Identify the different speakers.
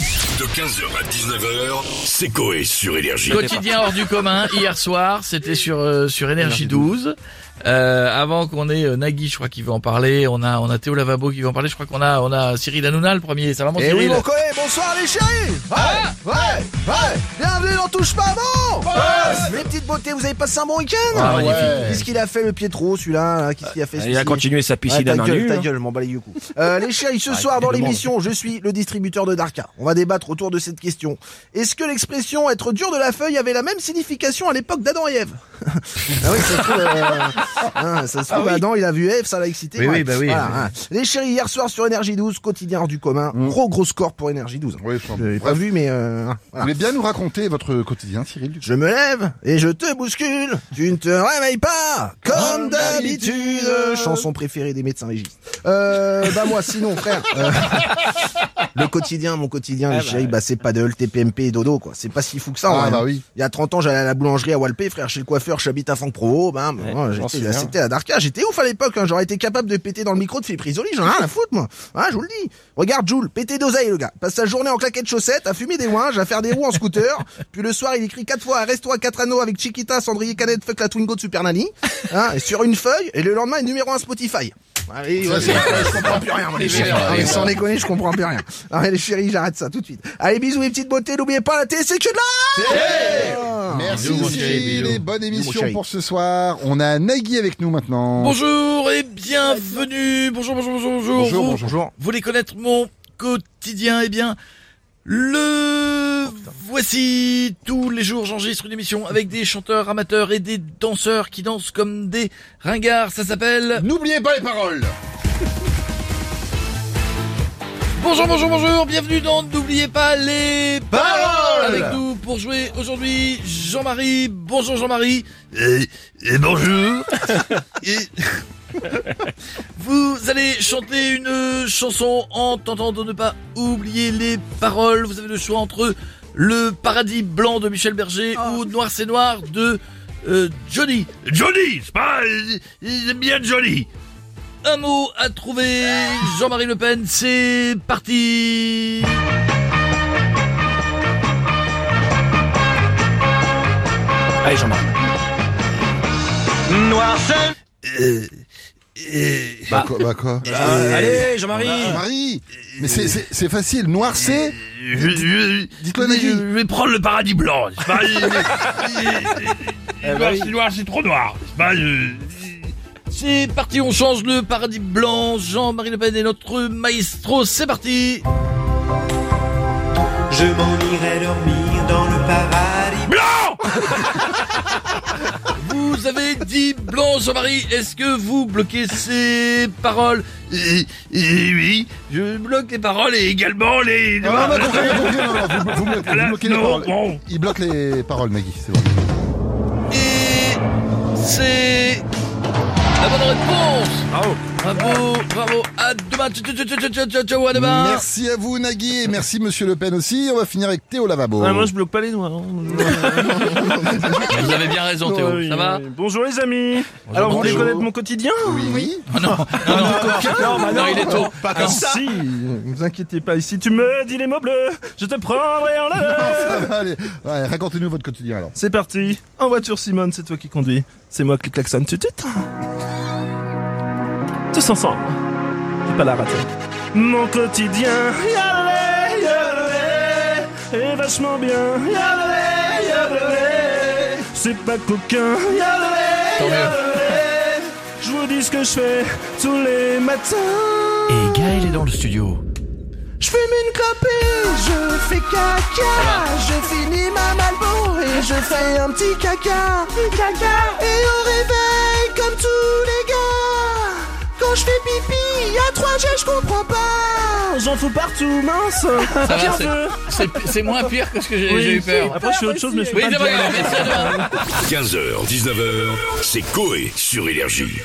Speaker 1: De 15h à 19h, c'est Coé sur Énergie.
Speaker 2: Quotidien hors du commun, hier soir, c'était sur euh, sur Énergie 12. Euh, avant qu'on ait euh, Nagui, je crois qu'il veut en parler, on a on a Théo Lavabo qui veut en parler, je crois qu'on a on a Cyril Hanouna le premier, ça va mon
Speaker 3: Et Eh oui,
Speaker 2: Cyril
Speaker 3: mon coé, bonsoir les chéris Ouais, ouais, ouais Bienvenue dans Touche pas bon Mes petites beautés, vous avez passé un bon week-end
Speaker 2: Ah, magnifique.
Speaker 3: Qu'est-ce qu'il a fait le Pietro, celui-là hein Qu'est-ce qu'il a fait
Speaker 4: Il a
Speaker 3: celui-ci
Speaker 4: continué sa
Speaker 3: Ouais,
Speaker 4: piscine à
Speaker 3: ta
Speaker 4: main
Speaker 3: gueule,
Speaker 4: nue. hein.
Speaker 5: hein.
Speaker 3: ta gueule, je m'en bats les yeux, coup. Euh, les chéris, ce soir dans l'émission, je suis le distributeur de Darka. On va débattre autour de cette question. Est-ce que l'expression être dur de la feuille avait la même signification à l'époque d'Adam et Ève Ah oui, ça se trouve, euh, hein, ça se trouve, Adam, il a vu Ève, ça l'a excité.
Speaker 2: Oui,
Speaker 3: bref.
Speaker 2: oui, bah oui.
Speaker 3: Voilà, hein. Les chéris, hier soir sur Énergie 12, quotidien hors du commun, gros gros score pour Énergie 12.
Speaker 6: Oui, enfin,
Speaker 3: Je l'ai
Speaker 6: bref.
Speaker 3: pas vu, mais euh, hein,
Speaker 6: Vous
Speaker 3: voilà.
Speaker 6: voulez bien nous raconter votre quotidien, Cyril
Speaker 3: Je me lève et je te bouscule. Tu ne te réveilles pas comme d'habitude. Chanson préférée des médecins légistes. Euh, bah moi sinon frère. euh, le quotidien, mon quotidien, les chéris, bah c'est pas de TPMP et dodo quoi. C'est pas si fou que ça. en
Speaker 6: Ah,
Speaker 3: vrai,
Speaker 6: bah
Speaker 3: hein.
Speaker 6: oui.
Speaker 3: Il y a 30 ans, j'allais à la boulangerie à Walpé, frère, chez le coiffeur, j'habite à Franck Provo. Bam, moi,
Speaker 4: j'en
Speaker 3: j'étais-
Speaker 4: souviens.
Speaker 3: c'était à Darka. J'étais ouf à l'époque. hein. J'aurais été capable de péter dans le micro de Philippe Risoli. J'en ai rien à foutre, moi. Hein, je vous le dis. Regarde Jules, pété d'oseille, le gars. Passe sa journée en claquettes chaussettes, à fumer des ouinges, à faire des roues en scooter. Puis le soir, il écrit quatre fois Arrête-toi, quatre anneaux avec Chiquita, Cendrier Canette, fuck la Twingo de Super Nanny. Hein, et sur une feuille. Et le lendemain, il est numéro un Spotify. Allez, ouais, je comprends plus rien, moi, les chéris. Non, mais sans déconner, je comprends plus rien. Non, mais les chéris, j'arrête ça tout de suite. Allez, bisous, les petites beautés. N'oubliez pas la télé, c'est que de la
Speaker 6: Merci
Speaker 2: Bisous, mon chéri,
Speaker 6: Cyril
Speaker 2: bisous.
Speaker 6: et bonne
Speaker 3: Bisous, mon
Speaker 6: émission
Speaker 3: chéri.
Speaker 6: pour ce soir. On a Nagui avec nous maintenant.
Speaker 2: Bonjour et bienvenue. Bonjour, bonjour, bonjour, bonjour.
Speaker 6: Bonjour,
Speaker 2: vous,
Speaker 6: bonjour.
Speaker 2: vous voulez connaître mon quotidien Eh bien, le voici. Tous les jours, j'enregistre une émission avec des chanteurs amateurs et des danseurs qui dansent comme des ringards. Ça s'appelle.
Speaker 6: N'oubliez pas les paroles
Speaker 2: Bonjour, bonjour, bonjour. Bienvenue dans N'oubliez pas les paroles. Avec nous pour jouer aujourd'hui, Jean-Marie. Bonjour, Jean-Marie. Et, et bonjour. Et- Vous allez chanter une chanson en tentant de ne pas oublier les paroles. Vous avez le choix entre Le Paradis Blanc de Michel Berger ou Noir c'est Noir de euh, Johnny. Johnny, c'est pas... J'aime bien Johnny. Ah. Un mot à trouver, Jean-Marie Le Pen, c'est parti
Speaker 4: Allez, Jean-Marc.
Speaker 6: Bah quoi, bah quoi
Speaker 3: Ah,
Speaker 6: Ah,
Speaker 4: Allez, Jean-Marie. Ah,
Speaker 6: Marie Mais c'est- c'est c'est facile, noir c'est
Speaker 2: Je, je-
Speaker 6: Dites-le,
Speaker 2: je-
Speaker 6: Nagui.
Speaker 2: je vais prendre le paradis blanc. C'est pas-
Speaker 4: Eh
Speaker 2: noir,
Speaker 4: ben oui.
Speaker 2: c'est noir, c'est trop noir. C'est pas- je- C'est parti, on change le paradis blanc. Jean-Marie Le Pen est notre maestro. C'est parti.
Speaker 7: Je m'en irai dormir dans le paradis.
Speaker 2: Vous avez dit blanc, Jean-Marie. Est-ce que vous bloquez ces paroles et, Oui, je bloque les paroles et également les.
Speaker 6: Non, non, non, comprenez, comprenez, non, non, vous, vous bloquez, vous
Speaker 2: Voilà,
Speaker 6: bloquez les
Speaker 2: non,
Speaker 6: paroles.
Speaker 2: bon.
Speaker 6: Il bloque les paroles, Nagui, c'est bon.
Speaker 2: Et c'est la bonne réponse.
Speaker 4: Bravo.
Speaker 2: Bravo, bravo. À demain. Ciao, ciao, ciao, ciao, ciao, ciao, ciao, à demain.
Speaker 6: Merci à vous, Nagui, et merci Monsieur Le Pen aussi. On va finir avec Théo Lavabo.
Speaker 5: Ouais, Ah, moi je bloque pas les hein. noirs.
Speaker 2: Vous avez bien raison, Théo. ça va
Speaker 5: Bonjour les amis. Alors vous voulez
Speaker 6: bonjour.
Speaker 5: connaître mon quotidien
Speaker 6: Oui, oui.
Speaker 2: Oh, Non, non, non, non, non, il est tôt.
Speaker 5: Ah, si, ne vous inquiétez pas, ici tu me dis les mots bleus, je te prendrai en l'air.
Speaker 6: Allez, ouais, racontez-nous votre quotidien alors.
Speaker 5: C'est parti, en voiture Simone, c'est toi qui conduis, c'est moi qui klaxonne tout de suite. Tous ensemble, je vais pas la rater. Mon quotidien, yalé, yalé, est vachement bien, yalé, yalé, c'est pas coquin, yalé,
Speaker 2: Tant mieux.
Speaker 5: yalé, je vous dis ce que je fais tous les matins.
Speaker 2: Et Gaël est dans le studio.
Speaker 3: Je fume une clope et je fais caca. Je finis ma malbon et je fais un petit caca. Et au réveil, comme tous les gars, quand je fais pipi, à 3G, je comprends pas.
Speaker 5: J'en fous partout, mince
Speaker 2: Ça va,
Speaker 5: J'en
Speaker 2: c'est-
Speaker 5: veux.
Speaker 2: C'est- C'est moins pire que ce que j'ai
Speaker 5: Oui.
Speaker 2: j'ai eu peur.
Speaker 5: Après, je fais autre chose, mais je fais
Speaker 2: Oui,
Speaker 5: pas
Speaker 2: c'est
Speaker 5: de
Speaker 2: vrai,
Speaker 5: violence.
Speaker 2: merci à demain.
Speaker 1: 15h, 19h, c'est Coé sur Énergie.